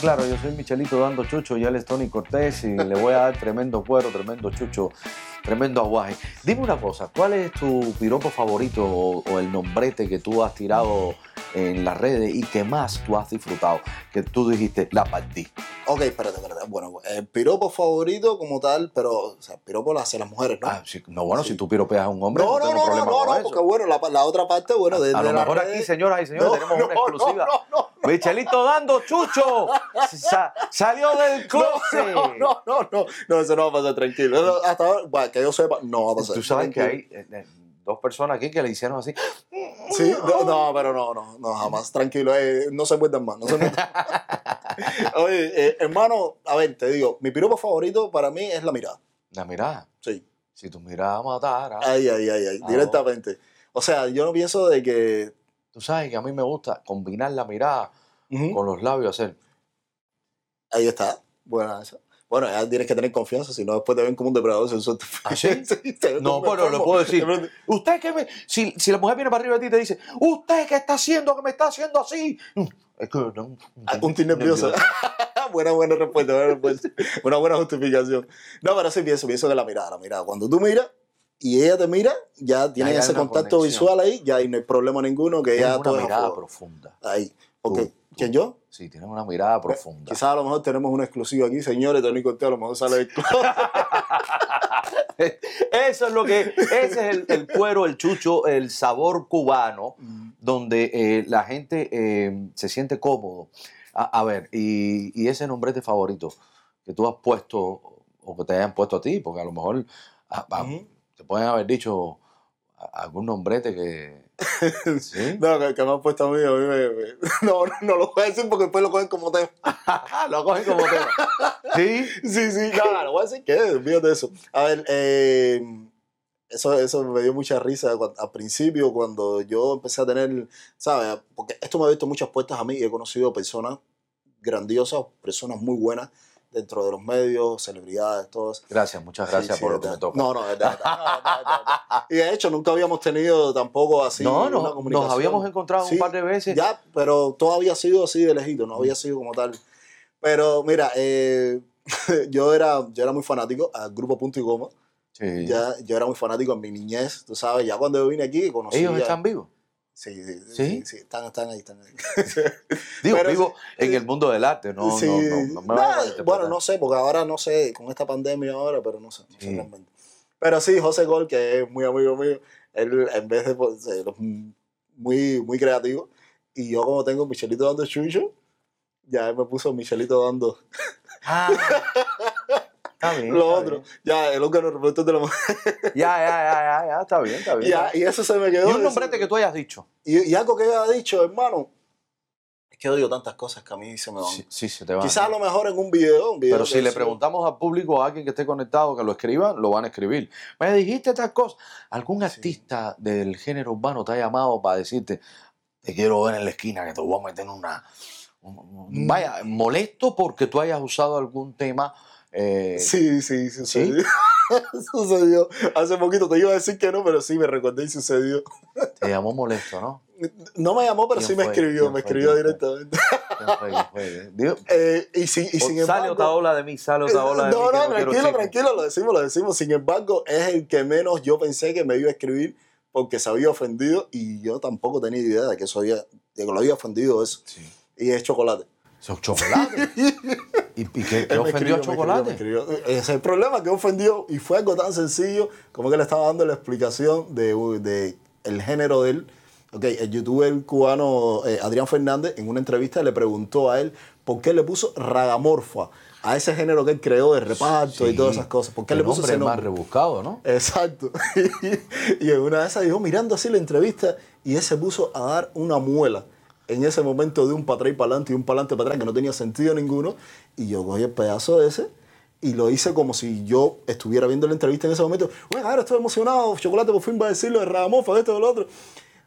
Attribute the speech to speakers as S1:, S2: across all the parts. S1: claro, yo soy Michelito dando chucho y él es Tony Cortés y le voy a dar tremendo cuero, tremendo chucho, tremendo aguaje. Dime una cosa, ¿cuál es tu piropo favorito o, o el nombrete que tú has tirado en las redes y que más tú has disfrutado? Que tú dijiste, la partí.
S2: Ok, espérate, espérate. Bueno, el piropo favorito como tal, pero o sea, piropo lo hacen las mujeres, ¿no?
S1: Ah, sí, no, bueno, si tú piropeas a un hombre, no,
S2: no, no,
S1: tengo
S2: no, no,
S1: problema con
S2: no, no,
S1: eso.
S2: porque bueno, la, la otra parte, bueno, de,
S1: A
S2: de
S1: lo
S2: las
S1: mejor
S2: redes-
S1: aquí, señoras y señores,
S2: No,
S1: tenemos
S2: no,
S1: una
S2: no,
S1: exclusiva.
S2: no, no.
S1: Michelito dando chucho. Sa- salió del closet.
S2: No, no, no, no, no, eso no va a pasar, tranquilo. No, hasta ahora, bueno, que yo sepa, no va a pasar.
S1: Tú sabes que
S2: Tranquilo.
S1: hay eh, eh, dos personas aquí que le hicieron así.
S2: Sí, no, no, pero no, no, no, jamás, tranquilo, eh, no se muerdan más, no se muerdan más. Oye, eh, hermano, a ver, te digo, mi piropo favorito para mí es la mirada,
S1: La mirada.
S2: sí.
S1: Si tu mirada matara.
S2: Ay, ay, ay, ay,
S1: Ah,
S2: directamente. O sea, yo no pienso de que...
S1: Tú sabes que a mí me gusta combinar la mirada
S2: Ujú.
S1: con los labios. Hacer.
S2: Ahí está. Bueno, eso. Bueno, ya tienes que tener confianza, si no después te ven como un depredador sexual.
S1: ¿Ah, sí?
S2: te ven
S1: No,
S2: como
S1: pero le
S2: enfermo.
S1: puedo decir.
S2: De pronto,
S1: Usted que me. Si, si la mujer viene para arriba de ti y te dice, ¿usted qué está haciendo? que me está haciendo así? Mm, Es que no.
S2: ah, Un tic nervioso. buena, buena respuesta, buena respuesta. Una buena justificación. No, pero sí pienso, pienso que la mirada, la mirada. Cuando tú miras y ella te mira, ya tienes
S1: hay
S2: ese
S1: una
S2: contacto
S1: conexión.
S2: visual ahí, ya ahí no hay problema ninguno, que
S1: Tienes
S2: ya
S1: una
S2: todo es a
S1: mirada
S2: fuego.
S1: profunda.
S2: Ahí. Ok.
S1: Tú, tú.
S2: ¿Quién yo?
S1: Sí, tienes una mirada profunda.
S2: Quizás a lo mejor tenemos un exclusivo aquí, señores. Tony Cortés a lo mejor sale del
S1: Eso es lo que, ese es el, el cuero, el chucho, el sabor cubano, donde eh, la gente eh, se siente cómodo. A, a ver, y, y ese nombrete favorito que tú has puesto o que te hayan puesto a ti, porque a lo mejor a- a-
S2: Ujú.
S1: te pueden haber dicho a- algún nombrete que... ¿Sí?
S2: No, que, que me han puesto a mí, a mí me- me- No, no, no lo voy a decir porque después lo cogen como tema.
S1: lo cogen como que... ¿Sí?
S2: Sí, sí, no, no voy a decir que, olvídate de eso. A ver, eh, eso, eso me dio mucha risa cua- al principio cuando yo empecé a tener, ¿sabes? Porque esto me ha visto muchas puertas a mí y he conocido personas grandiosas, personas muy buenas dentro de los medios, celebridades, todo eso.
S1: Gracias, muchas gracias
S2: Sí, sí,
S1: por lo que
S2: verdad.
S1: me toca.
S2: No, no, de verdad, de verdad, de verdad, de verdad. Y de hecho, nunca habíamos tenido tampoco así
S1: no,
S2: una
S1: no,
S2: comunicación.
S1: nos habíamos encontrado
S2: Sí,
S1: un par de veces.
S2: Ya, pero todo había sido así de lejito, no había sido como tal. Pero mira, eh, yo, era, yo era muy fanático al grupo Punto y Goma.
S1: Sí.
S2: Ya, yo era muy fanático en mi niñez, tú sabes. Ya cuando yo vine aquí conocí.
S1: Ellos
S2: a-
S1: están vivos.
S2: Sí, sí, sí,
S1: ¿Sí?
S2: sí, están, están ahí, están ahí.
S1: Digo,
S2: Pero
S1: vivo en
S2: sí. eh,
S1: el mundo del arte, no,
S2: Sí.
S1: no, no, no me
S2: Nah,
S1: vayan a malinterpretar.
S2: bueno, no sé, porque ahora no sé, con esta pandemia ahora, pero no sé, no sé
S1: Sí.
S2: realmente. Pero sí, José Gol, que es muy amigo mío, él en vez de pues, eh, los m- muy, muy creativo, y yo como tengo Michelito dando chucho, ya él me puso Michelito dando
S1: Ah, está bien.
S2: lo
S1: está
S2: otro.
S1: bien.
S2: Ya, el órgano reproductor de la mujer.
S1: Ya, ya, ya, ya, ya, está bien, está bien.
S2: Ya, y eso se me
S1: y
S2: quedó.
S1: un nombrete que tú hayas dicho.
S2: y, y algo que ella ha dicho, hermano, es que odio tantas cosas que a mí se me van.
S1: Sí, sí, se te va.
S2: Quizás a lo mejor en un video, un video
S1: Pero
S2: que
S1: si le
S2: sea-
S1: preguntamos al público, a alguien que esté conectado, que lo escriba, lo van a escribir. Me dijiste estas cosas. ¿Algún artista del género urbano te ha llamado para decirte, te quiero ver en la esquina, que te voy a meter una... un-
S2: Mm.
S1: un- Vaya, molesto porque tú hayas usado algún tema... eh,
S2: Sí, sí, sucedió. sucedió. Hace poquito te iba a decir que no, pero sí me recordé y sucedió.
S1: Te llamó molesto, ¿no?
S2: No me llamó, pero
S1: ¿Quién
S2: sí me
S1: fue?
S2: escribió,
S1: ¿Quién
S2: me
S1: fue?
S2: escribió
S1: ¿Quién fue?
S2: directamente.
S1: ¿Quién fue? ¿Quién fue? Digo,
S2: Eh, y sin, y sin
S1: o- Oh, sale otra
S2: embargo.
S1: ola de mí, sale otra
S2: No,
S1: ola de mí.
S2: no,
S1: que quiero
S2: tranquilo,
S1: chisme.
S2: tranquilo, lo decimos, lo decimos. Sin embargo, es el que menos yo pensé que me iba a escribir porque se había ofendido y yo tampoco tenía idea de que eso había, de que lo había ofendido eso.
S1: Sí.
S2: Y es chocolate.
S1: Son chocolates. ¿Y, y qué, qué
S2: Él me
S1: ofendió
S2: escribió, me
S1: chocolate?
S2: escribió, me escribió. E, Ese es el problema que ofendió y fue algo tan sencillo como que le estaba dando la explicación de, de el género de él. Ok, el youtuber cubano eh, Adrián Fernández en una entrevista le preguntó a él por qué le puso ragamorfa a ese género que él creó de reparto y
S1: Sí.
S2: todas esas cosas. ¿Por qué le
S1: El
S2: puso
S1: nombre
S2: ese
S1: es más
S2: nombre?
S1: rebuscado, ¿no?
S2: Exacto. y en una de esas yo mirando así la entrevista y él se puso a dar una muela en ese momento de un para atrás y para adelante y un para adelante para atrás que no tenía sentido ninguno. Y yo cogí el pedazo ese y lo hice como si yo estuviera viendo la entrevista en ese momento. Bueno, ahora estoy emocionado, Chocolate por fin va a decirlo de Ramofa, esto, de lo otro.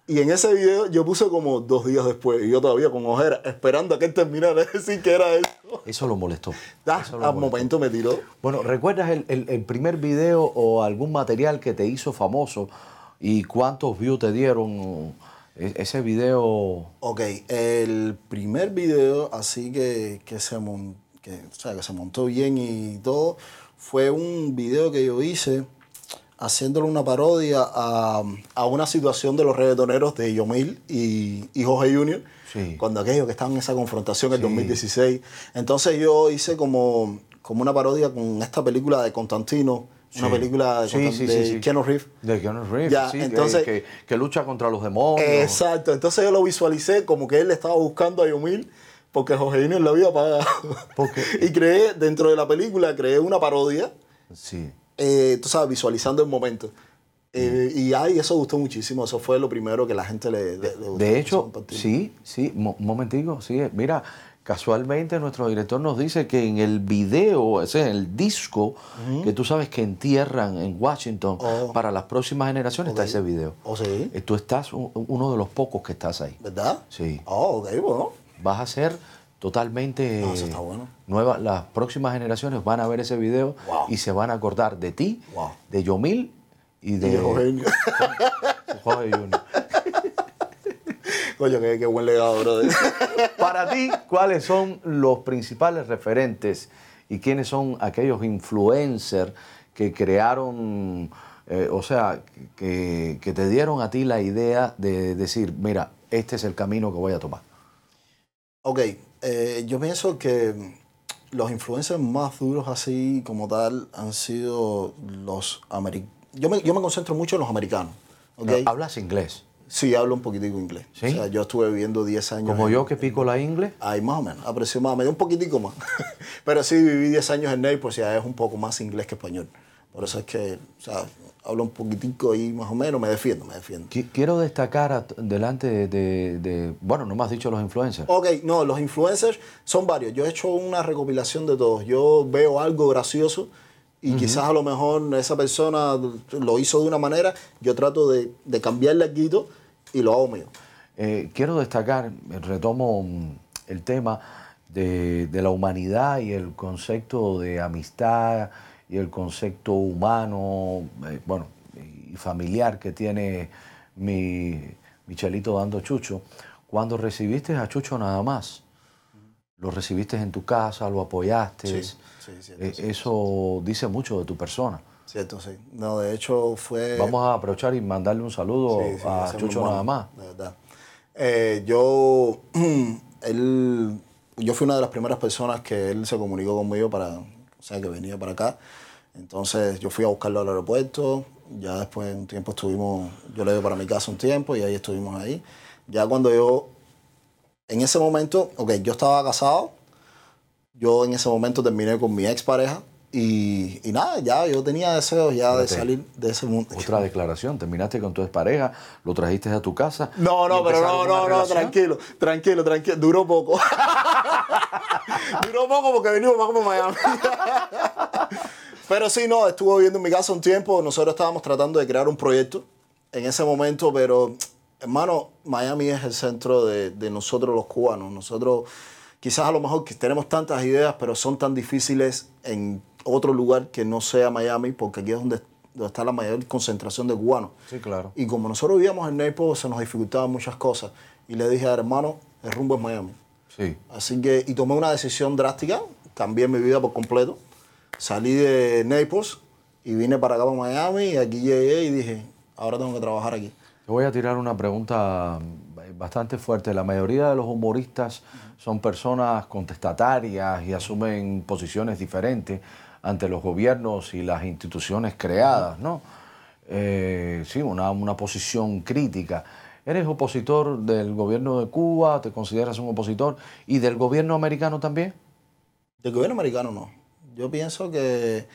S2: Y en ese video yo puse como dos días después y yo todavía con ojera esperando a que él terminara de decir que era eso.
S1: Eso lo molestó.
S2: Ah,
S1: Eso lo
S2: al
S1: molestó.
S2: momento me tiró.
S1: Bueno, ¿recuerdas el, el- el primer video o algún material que te hizo famoso y cuántos views te dieron? E- ese video.
S2: Ok, el primer video así que, que se mon- que, o sea, que se montó bien y todo fue un video que yo hice haciéndole una parodia a, a una situación de los reggaetoneros de Yomil y, y Jorge Junior,
S1: Sí.
S2: cuando aquellos que estaban en esa confrontación en el 2016. Entonces yo hice como, como una parodia con esta película de Constantino, una
S1: Sí.
S2: película Ah, de,
S1: Sí,
S2: Constan-
S1: sí, sí,
S2: de
S1: sí.
S2: Keanu Reeves.
S1: De Keanu Reeves,
S2: Ya,
S1: sí, que-
S2: entonces-
S1: que, que lucha contra los demonios.
S2: Exacto, entonces yo lo visualicé como que él estaba buscando a Yomil porque Jorge Inés lo había pagado.
S1: ¿Por qué?
S2: Y creé, dentro de la película, creé una parodia,
S1: Sí.
S2: eh, tú sabes, visualizando el momento. Eh, Y ay, eso gustó muchísimo, eso fue lo primero que la gente le, le- le gustó.
S1: De hecho,
S2: compartir.
S1: sí, sí, mo- un momentico, sí. eh, Mira, casualmente nuestro director nos dice que en el video, ese en el disco que tú sabes que entierran en Washington
S2: Oh.
S1: para las próximas generaciones está ese video.
S2: ¿O Oh, sí?
S1: Eh, Tú estás u- uno de los pocos que estás ahí.
S2: ¿Verdad?
S1: Sí.
S2: Oh, ok, bueno.
S1: Vas a ser totalmente
S2: No, eso está bueno.
S1: nueva. Las próximas generaciones van a ver ese video
S2: Wow.
S1: y se van a acordar de ti,
S2: Wow.
S1: de Yomil y
S2: Y Jorge
S1: de
S2: Inés.
S1: Jorge Junior.
S2: Coño, qué, qué buen legado, brother.
S1: Para ti, ¿cuáles son los principales referentes y quiénes son aquellos influencers que crearon, eh, o sea, que, que te dieron a ti la idea de decir, mira, este es el camino que voy a tomar?
S2: Ok, eh, yo pienso que los influencers más duros así como tal han sido los americanos. Yo me, yo me concentro mucho en los americanos, ¿ok?
S1: Hablas inglés,
S2: Sí, hablo un poquitico inglés.
S1: Ah, ¿Sí?
S2: O sea, yo estuve viviendo 10 años
S1: como
S2: en-
S1: yo que pico la inglés.
S2: Ahí más o menos, aproximadamente, un poquitico más. Pero sí, viví 10 años en Naples y ya es un poco más inglés que español. Por eso es que, o sea, hablo un poquitico ahí más o menos, me defiendo, me defiendo.
S1: Qui- Quiero destacar a- delante de, de- de- bueno, no me has dicho los influencers.
S2: Ok, no, los influencers son varios. Yo he hecho una recopilación de todos. Yo veo algo gracioso y quizás a lo mejor esa persona lo hizo de una manera. Yo trato de, de cambiarle algo y lo hago mío.
S1: Eh, quiero destacar, retomo mm, el tema de, de la humanidad y el concepto de amistad y el concepto humano, eh, bueno, y familiar que tiene mi Michelito dando Chucho. Cuando recibiste a Chucho nada más, lo recibiste en tu casa, lo apoyaste,
S2: Sí, sí, cierto,
S1: eh,
S2: sí,
S1: eso dice mucho de tu persona.
S2: ¿Cierto? Sí. No, de hecho fue...
S1: Vamos a aprovechar y mandarle un saludo
S2: Eh, Sí, sí,
S1: a
S2: ese es
S1: Chucho
S2: muy
S1: nada
S2: bueno,
S1: más.
S2: De verdad. Eh, yo, él, yo fui una de las primeras personas que él se comunicó conmigo para, o sea, que venía para acá. Entonces yo fui a buscarlo al aeropuerto. Ya después un tiempo estuvimos, yo le dio para mi casa un tiempo y ahí estuvimos ahí. Ya cuando yo, en ese momento, ok, yo estaba casado. Yo en ese momento terminé con mi expareja. Y, y nada, ya yo tenía deseos ya de salir de ese mundo.
S1: Otra declaración, terminaste con tu expareja, lo trajiste a tu casa.
S2: No,
S1: y
S2: no, pero
S1: empezaron
S2: no,
S1: una
S2: no, no,
S1: relación.
S2: tranquilo, tranquilo, tranquilo. Duró poco. Duró poco porque venimos más como Miami. pero sí, no, estuvo viviendo en mi casa un tiempo. Nosotros estábamos tratando de crear un proyecto en ese momento, pero, hermano, Miami es el centro de, de nosotros los cubanos. Nosotros, quizás a lo mejor que tenemos tantas ideas, pero son tan difíciles en otro lugar que no sea Miami, porque aquí es donde, donde está la mayor concentración de cubanos.
S1: Sí, claro.
S2: Y como nosotros vivíamos en Naples, se nos dificultaban muchas cosas. Y le dije, hermano, el rumbo es Miami.
S1: Sí.
S2: Así que, y tomé una decisión drástica, cambié mi vida por completo. Salí de Naples y vine para acá, para Miami, y aquí llegué y dije, ahora tengo que trabajar aquí.
S1: Te voy a tirar una pregunta eh, bastante fuerte. La mayoría de los humoristas son personas contestatarias y asumen posiciones diferentes ante los gobiernos y las instituciones creadas, ¿no? Eh, sí, una, una posición crítica. ¿Eres opositor del gobierno de Cuba? ¿Te consideras un opositor? ¿Y del gobierno americano también?
S2: Del gobierno americano no. Yo pienso que.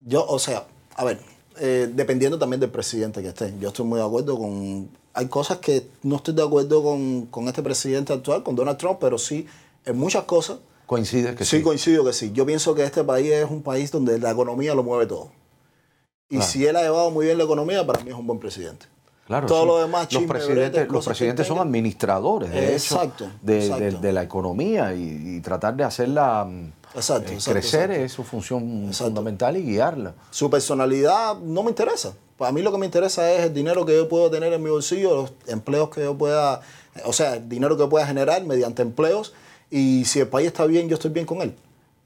S2: Yo, o sea, a ver, eh, dependiendo también del presidente que esté. Yo estoy muy de acuerdo con. Hay cosas que no estoy de acuerdo con, con este presidente actual, con Donald Trump, pero sí, en muchas cosas,
S1: ¿Coincides que
S2: sí, coincido que sí. Yo pienso que este país es un país donde la economía lo mueve todo. Y si él ha llevado muy bien la economía, para mí es un buen presidente.
S1: Claro,
S2: Todo
S1: sí.
S2: lo demás,
S1: los
S2: chisme, brete,
S1: presidentes, los
S2: cosas que
S1: presidentes son
S2: tengan.
S1: administradores de, hecho,
S2: Exacto,
S1: de, de-
S2: exacto.
S1: de la economía y, y tratar de hacerla mm,
S2: Exacto,
S1: eh,
S2: exacto,
S1: crecer
S2: exacto.
S1: es su función
S2: Exacto.
S1: fundamental y guiarla.
S2: Su personalidad no me interesa. Para mí lo que me interesa es el dinero que yo puedo tener en mi bolsillo, los empleos que yo pueda, o sea, el dinero que pueda generar mediante empleos. Y si el país está bien, yo estoy bien con él.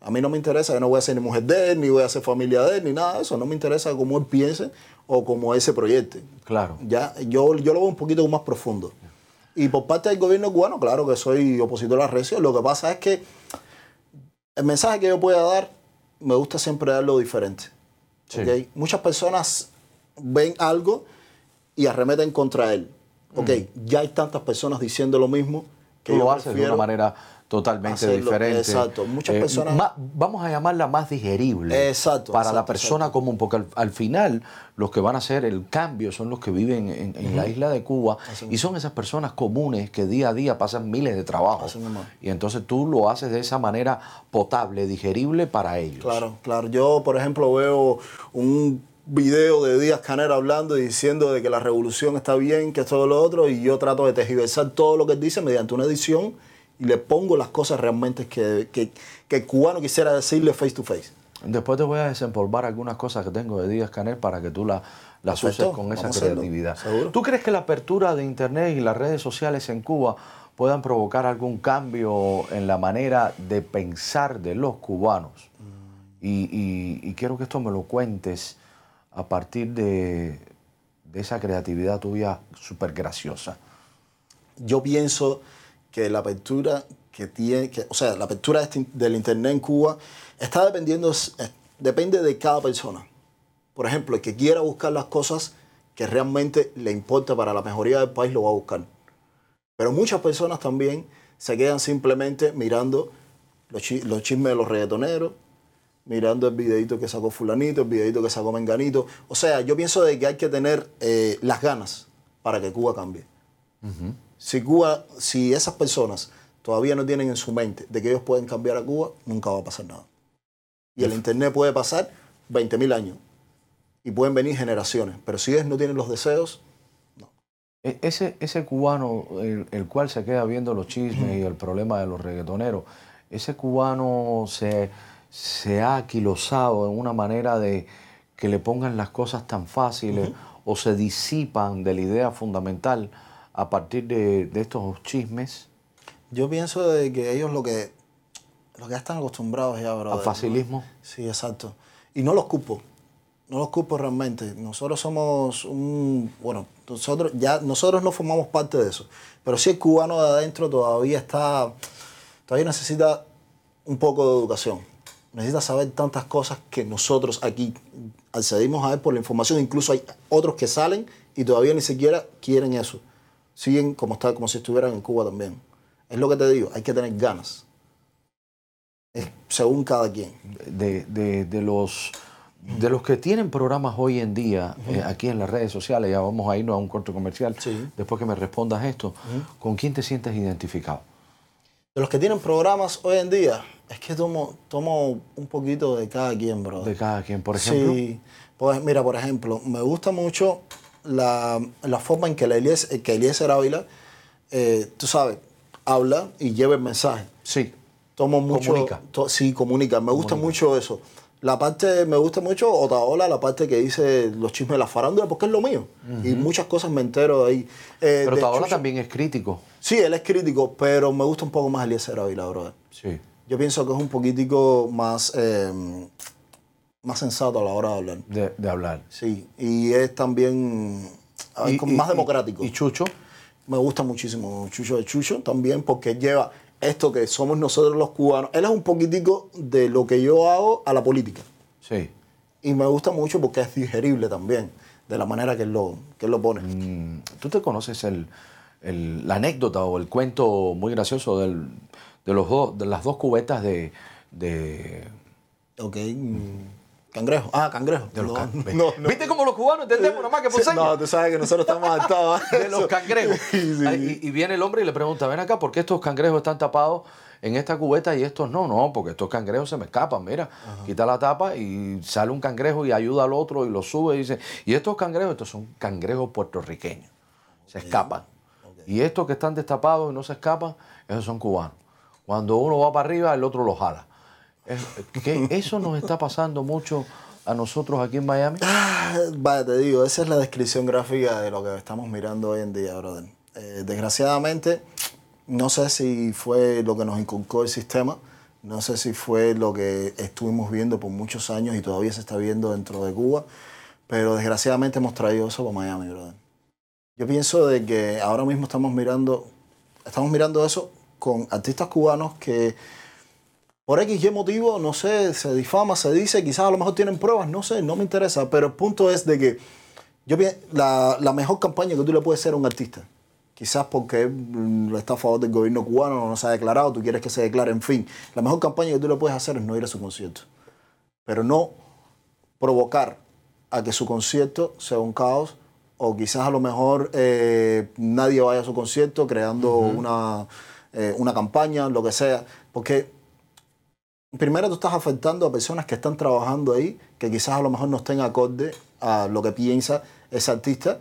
S2: A mí no me interesa, yo no voy a ser ni mujer de él, ni voy a ser familia de él, ni nada de eso. No me interesa cómo él piense o cómo él se proyecte.
S1: Claro.
S2: Ya, yo, yo lo veo un poquito más profundo. Y por parte del gobierno cubano, claro que soy opositor a Recio. Lo que pasa es que el mensaje que yo pueda dar, me gusta siempre darlo diferente.
S1: Sí.
S2: ¿ok? Muchas personas ven algo y arremeten contra él. Ok, ya hay tantas personas diciendo lo mismo que
S1: Tú lo
S2: yo
S1: haces de una
S2: prefiero-
S1: manera totalmente
S2: hacerlo,
S1: diferente. Eh,
S2: exacto. Muchas personas-
S1: ma- vamos a llamarla más digerible.
S2: Exacto,
S1: Para la
S2: exacto,
S1: persona común, porque al, al final los que van a hacer el cambio son los que viven en, en la isla de Cuba y son esas personas comunes que día a día pasan miles de trabajos.
S2: Así mismo.
S1: Y entonces tú lo haces de esa manera potable, digerible para ellos.
S2: Claro, claro. Yo, por ejemplo, veo un video de Díaz Canel hablando y diciendo de que la revolución está bien, que todo lo otro, y yo trato de tejiversar todo lo que él dice mediante una edición y le pongo las cosas realmente que, que, que el cubano quisiera decirle face to face.
S1: Después te voy a desempolvar algunas cosas que tengo de Díaz Canel para que tú la- las
S2: Perfecto,
S1: uses con esa
S2: vamos a hacerlo,
S1: creatividad.
S2: seguro.
S1: ¿Tú crees que la apertura de Internet y las redes sociales en Cuba puedan provocar algún cambio en la manera de pensar de los cubanos?
S2: Mm.
S1: Y, y- y quiero que esto me lo cuentes a partir de, de esa creatividad tuya súper graciosa.
S2: Yo pienso que la apertura que tiene, que- o sea, la apertura de este- del Internet en Cuba está dependiendo, es- depende de cada persona. Por ejemplo, el que quiera buscar las cosas que realmente le importa para la mejoría del país lo va a buscar. Pero muchas personas también se quedan simplemente mirando los, chi- los chismes de los reggaetoneros, mirando el videito que sacó fulanito, el videito que sacó menganito. O sea, yo pienso de que hay que tener eh, las ganas para que Cuba cambie. Si Cuba, si esas personas todavía no tienen en su mente de que ellos pueden cambiar a Cuba, nunca va a pasar nada. Y el Internet puede pasar 20.000 años y pueden venir generaciones, pero si ellos no tienen los deseos,
S1: E- Ese, ese cubano, el, el cual se queda viendo los chismes y el problema de los reggaetoneros, ese cubano se, se ha aquilosado en una manera de que le pongan las cosas tan fáciles o se disipan de la idea fundamental a partir de, de estos chismes,
S2: yo pienso de que ellos lo que, lo que ya están acostumbrados ya, brother,
S1: al
S2: ¿no?
S1: facilismo.
S2: Sí, exacto. Y no los cupo. No los cupo realmente. Nosotros somos un. Bueno, nosotros, ya, nosotros no formamos parte de eso. Pero sí el cubano de adentro todavía está. Todavía necesita un poco de educación. Necesita saber tantas cosas que nosotros aquí accedimos a él por la información. Incluso hay otros que salen y todavía ni siquiera quieren eso. Siguen como, está, como si estuvieran en Cuba también. Es lo que te digo, hay que tener ganas. Es según cada quien.
S1: de, de- de los, de los que tienen programas hoy en día eh, aquí en las redes sociales, ya vamos a irnos a un corto comercial,
S2: Sí.
S1: después que me respondas esto, ¿con quién te sientes identificado?
S2: De los que tienen programas hoy en día, es que tomo, tomo un poquito de cada quien, bro.
S1: De cada quien, por ejemplo.
S2: Sí. Pues mira, por ejemplo, me gusta mucho la, la forma en que, la Elies- que Eliezer Ávila, eh, tú sabes, habla y lleva el mensaje.
S1: Sí.
S2: Tomo mucho.
S1: Comunica.
S2: to- sí, comunica. Me gusta mucho eso. La parte, me gusta mucho Otaola, la parte que dice los chismes de la farándula, porque es lo mío. Y muchas cosas me entero de ahí. Eh,
S1: Pero
S2: de
S1: Taola
S2: Chucho-
S1: también es crítico.
S2: Sí, él es crítico, pero me gusta un poco más Eliezer Ávila, brother.
S1: Sí.
S2: Yo pienso que es un poquitico más, eh, más sensato a la hora de hablar.
S1: De, de hablar.
S2: Sí, y es también a ver,
S1: Y-
S2: como
S1: y-
S2: Ah, más
S1: y-
S2: democrático.
S1: Y, Chucho,
S2: Me gusta muchísimo Chucho de Chucho también porque lleva esto que somos nosotros los cubanos. Él es un poquitico de lo que yo hago a la política.
S1: sí.
S2: Y me gusta mucho porque es digerible también, de la manera que él lo, que él lo pone.
S1: Mm, ¿Tú te conoces el, el- la anécdota o el cuento muy gracioso del- de, los dos de las dos cubetas de, de,
S2: Ok. mm, Cangrejo. Ah, cangrejo.
S1: de los
S2: No,
S1: can-
S2: no, no.
S1: ¿Viste cómo los cubanos entendemos nada más que por
S2: Sí,
S1: señas?
S2: No, tú sabes que nosotros estamos adaptados a
S1: de los
S2: eso.
S1: cangrejos.
S2: Sí, sí,
S1: Ay,
S2: sí.
S1: Y, y viene el hombre y le pregunta, ven acá, ¿por qué estos cangrejos están tapados en esta cubeta y estos no, no, porque estos cangrejos se me escapan, mira, quita la tapa y sale un cangrejo y ayuda al otro y lo sube y dice, y estos cangrejos, estos son cangrejos puertorriqueños, se escapan. Y estos que están destapados y no se escapan, esos son cubanos. Cuando uno va para arriba, el otro lo jala. Es- que eso nos está pasando mucho a nosotros aquí en Miami.
S2: Ah, Vaya, te digo, esa es la descripción gráfica de lo que estamos mirando hoy en día, brother. Eh, desgraciadamente, no sé si fue lo que nos inculcó el sistema, no sé si fue lo que estuvimos viendo por muchos años y todavía se está viendo dentro de Cuba, pero desgraciadamente hemos traído eso para Miami, brother. Yo pienso de que ahora mismo estamos mirando, estamos mirando eso con artistas cubanos que por X Y motivo, no sé, se difama, se dice, quizás a lo mejor tienen pruebas, no sé, no me interesa, pero el punto es de que yo pien- la, la mejor campaña que tú le puedes hacer a un artista, quizás porque él mm, está a favor del gobierno cubano, no se ha declarado, tú quieres que se declare, en fin, la mejor campaña que tú le puedes hacer es no ir a su concierto, pero no provocar a que su concierto sea un caos o quizás a lo mejor eh, nadie vaya a su concierto creando una, eh, una campaña, lo que sea, porque Primero tú estás afectando a personas que están trabajando ahí, que quizás a lo mejor no estén acorde a lo que piensa ese artista,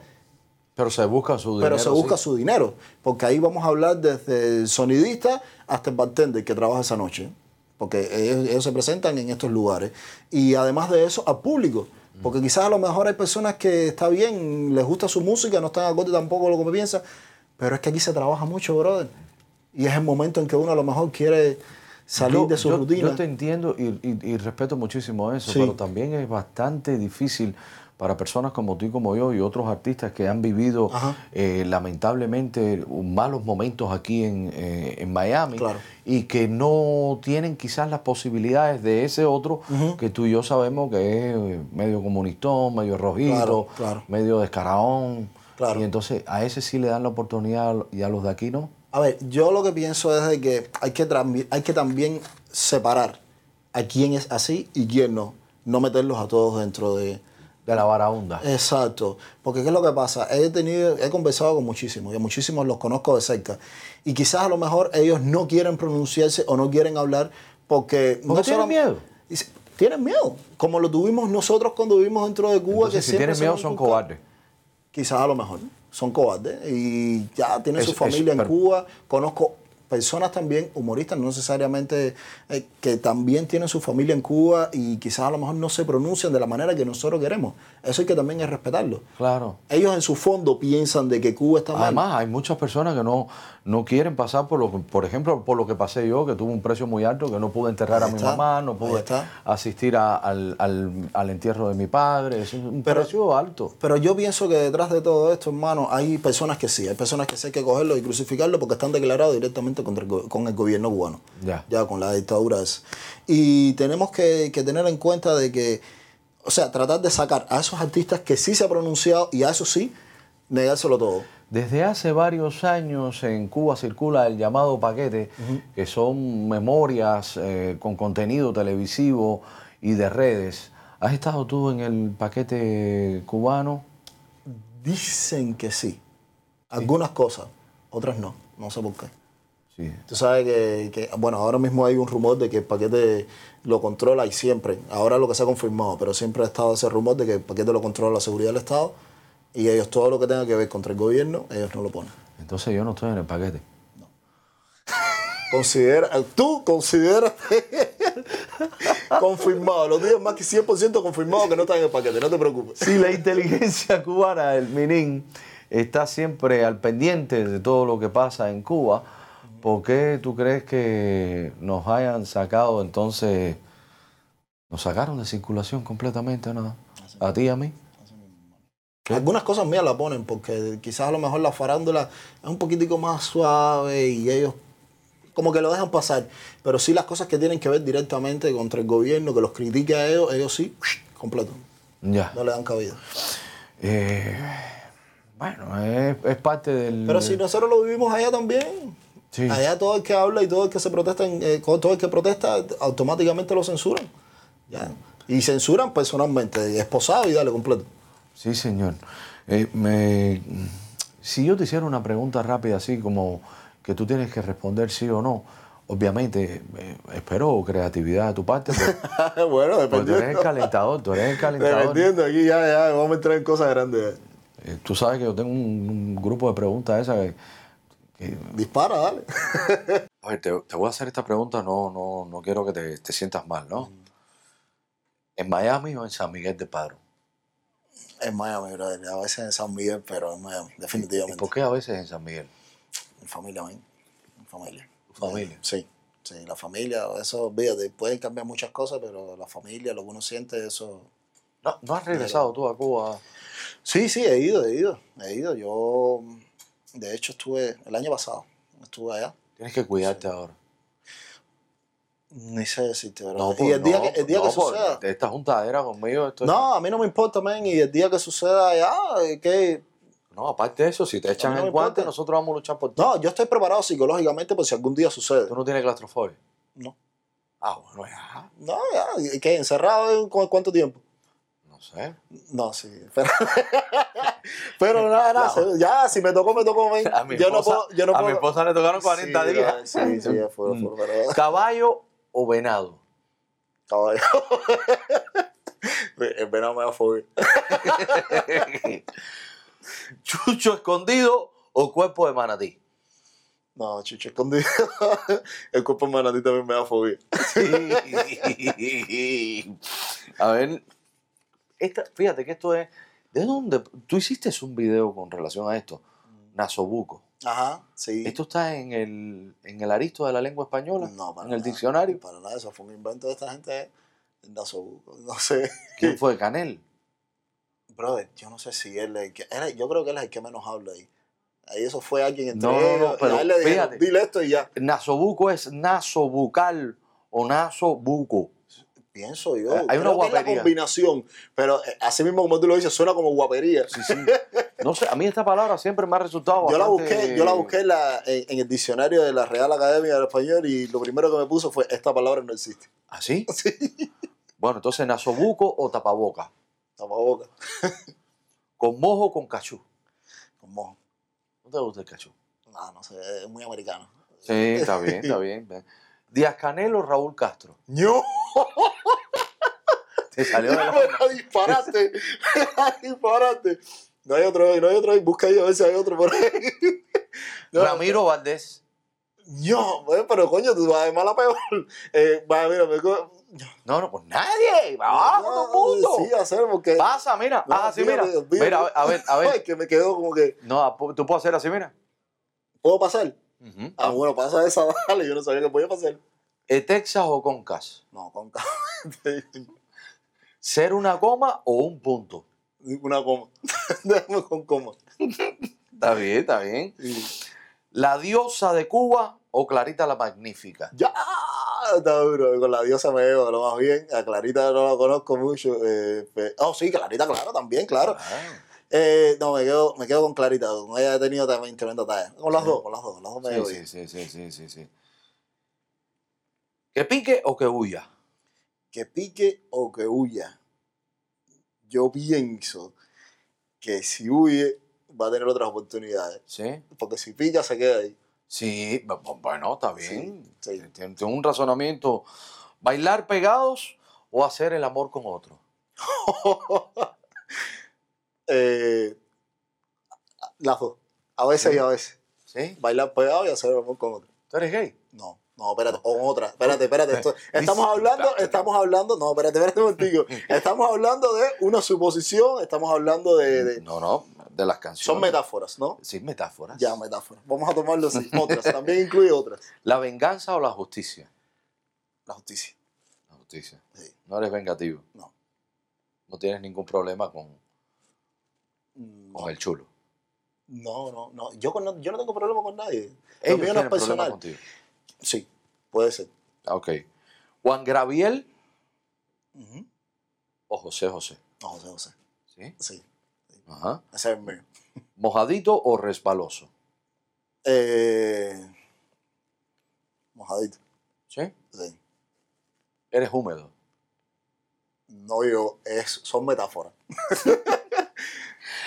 S1: Pero se busca su dinero.
S2: pero se busca
S1: sí.
S2: su dinero, porque ahí vamos a hablar desde el sonidista hasta el bartender que trabaja esa noche, porque ellos, ellos se presentan en estos lugares. Y además de eso, al público,
S1: Mm.
S2: porque quizás a lo mejor hay personas que está bien, les gusta su música, no están acorde tampoco a lo que piensa, pero es que aquí se trabaja mucho, brother. Y es el momento en que uno a lo mejor quiere salir
S1: Yo-
S2: de su
S1: yo-
S2: rutina.
S1: Yo te entiendo y, y- y respeto muchísimo eso,
S2: Sí.
S1: pero también es bastante difícil para personas como tú y como yo y otros artistas que han vivido
S2: Ajá.
S1: eh, lamentablemente malos momentos aquí en, eh, en Miami
S2: Claro.
S1: y que no tienen quizás las posibilidades de ese otro que tú y yo sabemos que es eh, medio comunistón, medio rojito,
S2: Claro, claro.
S1: medio descaraón.
S2: Claro.
S1: Y entonces a ese sí le dan la oportunidad y a los de aquí no.
S2: A ver, yo lo que pienso es de que hay que, trambi- hay que también separar a quién es así y quién no. No meterlos a todos dentro de...
S1: De la vara honda.
S2: Eh, Exacto. Porque ¿qué es lo que pasa? He tenido, he conversado con muchísimos y a muchísimos los conozco de cerca. Y quizás a lo mejor ellos no quieren pronunciarse o no quieren hablar porque... no
S1: Porque tienen
S2: solam-
S1: miedo.
S2: Y si- Tienen miedo. Como lo tuvimos nosotros cuando vivimos dentro de Cuba. que
S1: Entonces, si
S2: siempre
S1: tienen
S2: se
S1: miedo
S2: nos
S1: son
S2: inculcaba-
S1: cobardes.
S2: quizás a lo mejor son cobardes y ya tienen
S1: Eso-
S2: su familia
S1: eso,
S2: en
S1: pero-
S2: Cuba. Conozco personas también, humoristas, no necesariamente, eh, que también tienen su familia en Cuba y quizás a lo mejor no se pronuncian de la manera que nosotros queremos. Eso hay que también es respetarlo.
S1: Claro.
S2: Ellos en su fondo piensan de que Cuba está mal.
S1: Además, hay muchas personas que no, no quieren pasar por lo que, por ejemplo, por lo que pasé yo, que tuve un precio muy alto, que no pude enterrar
S2: Ahí
S1: a mi
S2: está,
S1: mamá, no
S2: ahí
S1: pude
S2: está.
S1: asistir a- al, al- al entierro de mi padre. Es un
S2: Pero-
S1: precio alto.
S2: Pero yo pienso que detrás de todo esto, hermano, hay personas que sí, hay personas que sí hay que cogerlo y crucificarlo porque están declarados directamente contra el go- con el gobierno cubano.
S1: Ya.
S2: Ya con la dictadura esa. Y tenemos que, que tener en cuenta de que, o sea, tratar de sacar a esos artistas que sí se ha pronunciado y a eso sí, negárselo todo.
S1: Desde hace varios años en Cuba circula el llamado paquete, que son memorias eh, con contenido televisivo y de redes. ¿Has estado tú en el paquete cubano?
S2: Dicen que sí. Algunas cosas, otras no. No sé por qué.
S1: Sí.
S2: Tú sabes que, que, bueno, ahora mismo hay un rumor de que el paquete lo controla y siempre, ahora lo que se ha confirmado, pero siempre ha estado ese rumor de que el paquete lo controla la seguridad del Estado y ellos todo lo que tenga que ver contra el gobierno, ellos no lo ponen.
S1: Entonces yo no estoy en el paquete.
S2: Considera, tú consideras confirmado, lo tienes más que 100% confirmado que no está en el paquete, no te preocupes.
S1: Sí, la inteligencia cubana, el MININ, está siempre al pendiente de todo lo que pasa en Cuba. ¿Por qué tú crees que nos hayan sacado entonces? Nos sacaron de circulación completamente, ¿no? A ti y a mí.
S2: Algunas cosas mías la ponen porque quizás a lo mejor la farándula es un poquitico más suave y ellos como que lo dejan pasar. Pero sí las cosas que tienen que ver directamente contra el gobierno, que los critique a ellos, ellos sí, completo.
S1: Ya.
S2: No le dan cabida.
S1: Eh, bueno, es, es parte del.
S2: Pero si nosotros lo vivimos allá también.
S1: Sí.
S2: Allá todo el que habla y todo el que se protesta, en- eh, todo el que protesta, automáticamente lo censuran. Ya. Y censuran personalmente, esposado y dale completo.
S1: Sí, señor. Eh, me- Si yo te hiciera una pregunta rápida, así como que tú tienes que responder sí o no, Obviamente, eh, espero creatividad de tu parte, porque, porque tú
S2: bueno,
S1: eres el
S2: dependiendo.
S1: calentador, tú eres el calentador.
S2: Dependiendo, aquí ya, ya, vamos a entrar en cosas grandes.
S1: Eh, Tú sabes que yo tengo un, un grupo de preguntas esas que... que-
S2: Dispara, dale.
S1: A ver, te, te voy a hacer esta pregunta, no, no, no quiero que te, te sientas mal, ¿no? ¿En Miami o en San Miguel de Padro?
S2: En Miami, brother. A veces en San Miguel, pero en Miami,
S1: ¿Y
S2: definitivamente.
S1: por qué a veces en San Miguel?
S2: Mi familia, man. Mi familia.
S1: ¿Tu familia?
S2: Sí. Sí, la familia, eso, olvídate, pueden cambiar muchas cosas, pero la familia, lo que uno siente, eso...
S1: No, ¿no has regresado tú a Cuba.
S2: Sí, sí, he ido, he ido, he ido. Yo, de hecho, estuve el año pasado, estuve allá.
S1: Tienes que cuidarte ahora.
S2: Ni sé decirte, pero...
S1: No,
S2: y
S1: pues,
S2: el día
S1: no,
S2: que, el día
S1: no,
S2: que
S1: por-
S2: suceda...
S1: Esta juntadera conmigo. Esto
S2: No, a mí no me importa, man, y el día que suceda allá, eh, que...
S1: no, aparte de eso, si te echan
S2: no me
S1: el guante,
S2: importa.
S1: nosotros vamos a luchar por ti.
S2: No, yo estoy preparado psicológicamente por si algún día sucede.
S1: Tú no tienes claustrofobia.
S2: No.
S1: Ah, bueno, ya.
S2: No, ya, ¿y ¿qué? ¿Encerrado en cu- cuánto tiempo?
S1: No sé.
S2: No, sí, pero, pero nada, nada,
S1: Claro.
S2: se- ya, si me tocó, me tocó, ven.
S1: A mi,
S2: yo no
S1: esposa,
S2: puedo, yo no
S1: a
S2: puedo.
S1: mi esposa le tocaron 40
S2: Sí,
S1: días.
S2: no, Sí, sí, ya fue, fue, pero-
S1: ¿Caballo o venado?
S2: caballo. El venado eh, me da fobia.
S1: ¿Chucho escondido o cuerpo de manatí?
S2: No, chucho, escondido. El cuerpo de manatí también me da fobia.
S1: a ver. Esta, fíjate que esto es. ¿De dónde? Tú hiciste un video con relación a esto.
S2: Mm.
S1: Nasobuco.
S2: Ajá, sí.
S1: Esto está en el, en el aristo de la lengua española,
S2: No, para
S1: en el
S2: nada.
S1: diccionario.
S2: Para nada, eso fue un invento de esta gente. No sé, no sé.
S1: ¿Quién fue Canel?
S2: Brother, yo no sé si él es el que. era- yo creo que él es el que menos habla ahí. Ahí eso fue alguien entre
S1: No, no, no,
S2: ellos, y
S1: pero
S2: a él le dijeron,
S1: fíjate.
S2: dile esto y ya.
S1: Nasobuco es nasobucal o nasobuco.
S2: Pienso yo.
S1: Eh, Hay
S2: creo
S1: una
S2: que es la
S1: guapería.
S2: combinación. Pero eh, así mismo como tú lo dices, suena como guapería.
S1: Sí, sí. No sé, a mí esta palabra siempre me ha resultado
S2: Yo la
S1: bastante-
S2: busqué, yo la busqué en, la- en- en el diccionario de la Real Academia del Español y lo primero que me puso fue esta palabra no existe.
S1: ¿Ah, sí? Bueno, entonces nasobuco o tapaboca.
S2: Tapaboca.
S1: Con mojo o con cachú.
S2: Con mojo.
S1: ¿No
S2: Ah,
S1: te gusta el cachú?
S2: No, no sé, es muy americano.
S1: Sí, está bien, está bien. Díaz Canel o Raúl Castro.
S2: ¡No!
S1: Te salió de la-
S2: Era disparate. Era disparate. No hay otro hoy, no hay otro hoy. Busca ahí a ver si hay otro por ahí. No,
S1: Ramiro Valdés.
S2: No, güey, pero coño, tú vas de mala a peor. Eh, va, mira, me co-
S1: No, no, pues nadie. Vamos,
S2: No,
S1: Ah, todo el mundo.
S2: Sí, hacer porque.
S1: Pasa, mira,
S2: No,
S1: haz así, mira.
S2: olvídate, olvídate.
S1: Mira, a ver, a ver. a ver.
S2: Ay, que me quedo como que.
S1: No, a- tú puedes hacer así, mira.
S2: ¿Puedo pasar? Ah, bueno, pasa esa, dale. Yo no sabía que podía pasar.
S1: ¿E Texas o Concas?
S2: No, con
S1: ¿Ser una coma o un punto?
S2: Una coma. Déjame con coma.
S1: Está bien, está bien.
S2: Y-
S1: ¿La diosa de Cuba o Clarita la Magnífica?
S2: Ya, está duro. Con la diosa me llevo lo más bien. A Clarita no la conozco mucho. eh, pe- oh, sí, Clarita, claro, también, claro.
S1: Ah,
S2: Eh, no, me quedo, me quedo con Clarita. Con ella he tenido también tremenda talla. Con las
S1: Sí.
S2: dos, con las dos, con las dos me
S1: sí,
S2: llevo bien.
S1: sí, sí, sí, sí, sí, sí. ¿Que pique o que huya?
S2: Que pique o que huya. Yo pienso que si huye va a tener otras oportunidades.
S1: Sí.
S2: Porque si pica se queda ahí.
S1: Sí, bu- bu- bueno, está bien.
S2: Sí, sí.
S1: Tien- tiene un razonamiento. ¿Bailar pegados o hacer el amor con otro?
S2: Eh, las dos. A veces y a veces.
S1: ¿Sí?
S2: Bailar pegado y hacer el amor con otro.
S1: ¿Tú eres gay?
S2: No, no, espérate, con otra. Espérate, espérate. esto- estamos
S1: Dice-
S2: hablando, estamos hablando. No, espérate, espérate un momentico. Estamos hablando de una suposición, estamos hablando de. Eh, de-
S1: No, no, de las canciones.
S2: son metáforas, ¿no?
S1: Sí, metáforas.
S2: Ya, metáforas. Vamos a tomarlo así. Otras, también incluye otras.
S1: ¿La venganza o la justicia?
S2: La justicia.
S1: La justicia.
S2: Sí.
S1: No eres vengativo.
S2: No.
S1: No tienes ningún problema con,
S2: Mm,
S1: con el chulo.
S2: No, no, no. Yo, con- yo no tengo problema con nadie. Lo
S1: Ellos
S2: mío no
S1: tienen
S2: es personal.
S1: problema contigo.
S2: Sí, puede ser.
S1: Ah, Ok. Juan Graviel
S2: Ujú.
S1: o José José.
S2: No, José, José.
S1: ¿Sí?
S2: Sí,
S1: Ajá.
S2: ese es el mío.
S1: ¿Mojadito o resbaloso?
S2: Eh, mojadito.
S1: ¿Sí?
S2: Sí.
S1: Eres húmedo.
S2: No, yo, es, son metáforas.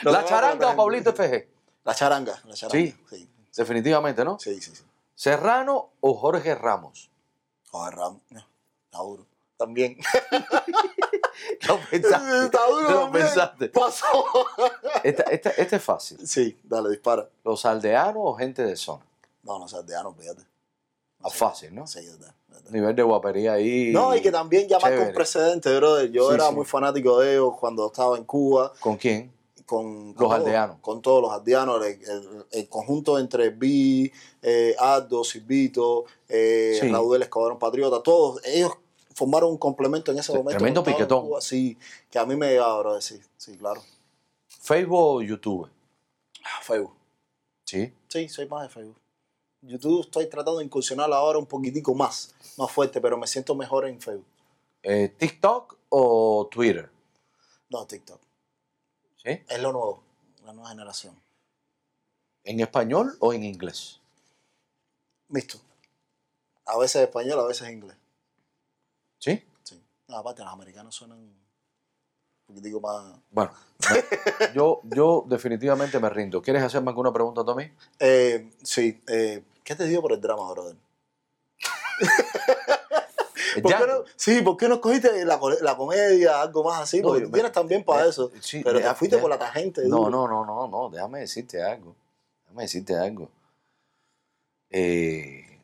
S1: ¿La charanga o Pablito FG?
S2: La charanga, la charanga.
S1: Sí.
S2: Sí,
S1: Definitivamente, ¿no?
S2: sí, sí. sí.
S1: ¿Serrano o Jorge Ramos?
S2: Joder, Ram, está duro. También.
S1: Lo pensaste.
S2: está duro.
S1: Lo
S2: también.
S1: pensaste.
S2: Pasó.
S1: Esta, esta- esta es fácil.
S2: Sí, dale, dispara.
S1: ¿Los aldeanos o gente de zona?
S2: No, no seas deano, fíjate.
S1: Ah, fácil, ¿no?
S2: Sí, verdad, verdad.
S1: Nivel de guapería ahí.
S2: No, y que también ya más con
S1: Chévere.
S2: precedentes, brother. Yo
S1: Sí,
S2: era
S1: sí.
S2: muy fanático de ellos cuando estaba en Cuba,
S1: ¿Con quién?
S2: con, con
S1: Los
S2: todos-
S1: aldeanos.
S2: Con todos los aldeanos, el, el- el conjunto entre B, eh, Aldo, Silvito, eh,
S1: Sí.
S2: Raúl Escobarón Patriota, todos ellos formaron un complemento en ese
S1: Tre-
S2: momento.
S1: tremendo
S2: cuando estaba en
S1: piquetón.
S2: Cuba. sí, que a mí me llegaba, brother, sí, sí, claro.
S1: ¿Facebook o YouTube?
S2: Ah, Facebook.
S1: Sí.
S2: Sí, soy más de Facebook. YouTube estoy tratando de incursionar ahora un poquitico más, más fuerte, pero me siento mejor en Facebook.
S1: Eh, ¿TikTok o Twitter?
S2: No, TikTok.
S1: ¿Sí?
S2: Es lo nuevo, la nueva generación.
S1: ¿En español o en inglés?
S2: Mixto. A veces español, a veces inglés.
S1: ¿Sí?
S2: Sí. No, aparte, los americanos suenan un poquitico más.
S1: Bueno, no. yo, yo definitivamente me rindo. ¿Quieres hacerme alguna pregunta tú a mí?
S2: Eh, sí. eh, ¿Qué te dio por el drama, brother? ¿Por
S1: Ya.
S2: qué no, sí, ¿por qué no escogiste la, co- la comedia, algo más así?
S1: No,
S2: Porque
S1: yo
S2: tú
S1: me-
S2: tienes también para
S1: eh,
S2: eso.
S1: sí,
S2: pero
S1: me-
S2: te fuiste
S1: ya.
S2: por la tangente.
S1: No,
S2: duro.
S1: no, no, no, no, déjame decirte algo. Déjame decirte algo. Eh,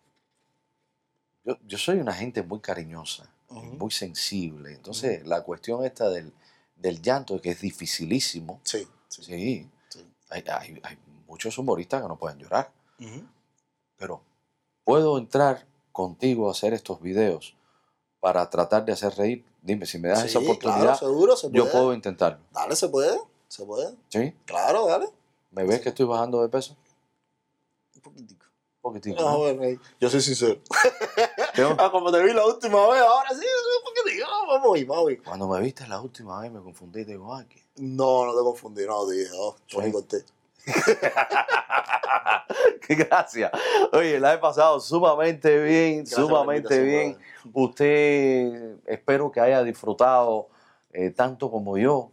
S1: yo, yo soy una gente muy cariñosa,
S2: Ujú.
S1: muy sensible. Entonces, la cuestión esta del, del llanto, que es dificilísimo,
S2: Sí, sí.
S1: sí,
S2: sí.
S1: hay, hay- hay muchos humoristas que no pueden llorar,
S2: Ujú.
S1: pero puedo entrar contigo a hacer estos videos para tratar de hacer reír. Dime, si me das
S2: Sí,
S1: esa
S2: Claro,
S1: oportunidad,
S2: seguro se puede.
S1: yo puedo intentarlo.
S2: Dale, se puede. Se puede.
S1: ¿Sí?
S2: Claro, dale.
S1: ¿Me ves que estoy bajando de peso?
S2: Un poquitico.
S1: Un poquitico.
S2: No,
S1: ¿no?
S2: bueno, ahí. yo soy sincero.
S1: Tengo-
S2: Ah, como te vi la última vez, ahora sí, un poquitico. Vamos, ahí, vamos. ahí.
S1: Cuando me viste la última vez me confundí, te digo, ay, que-
S2: No, no te confundí, no, te dije, oh, Tony
S1: Sí.
S2: Cortés.
S1: qué gracia. Oye, la he pasado sumamente bien,
S2: Gracias por la
S1: sumamente
S2: invitación,
S1: bien. Usted, espero que haya disfrutado eh, tanto como yo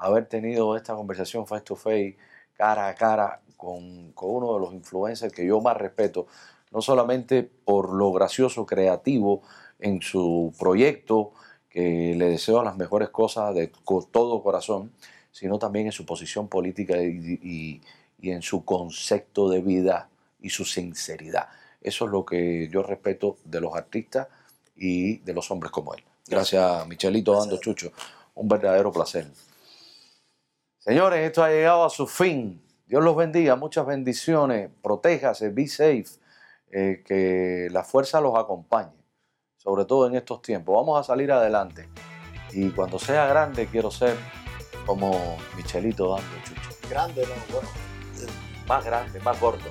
S1: haber tenido esta conversación face to face, cara a cara, con, con uno de los influencers que yo más respeto, no solamente por lo gracioso, creativo en su proyecto, que le deseo las mejores cosas de co- todo corazón, sino también en su posición política y, y- y en su concepto de vida y su sinceridad. Eso es lo que yo respeto de los artistas y de los hombres como él. Gracias, Michelito
S2: Gracias.
S1: Dando Chucho. Un verdadero placer. Señores, esto ha llegado a su fin. Dios los bendiga, muchas bendiciones. Protéjase, be safe. eh, que la fuerza los acompañe, sobre todo en estos tiempos. Vamos a salir adelante. Y cuando sea grande, quiero ser como Michelito dando chucho.
S2: Grande, no, bueno.
S1: Más grande, más corto.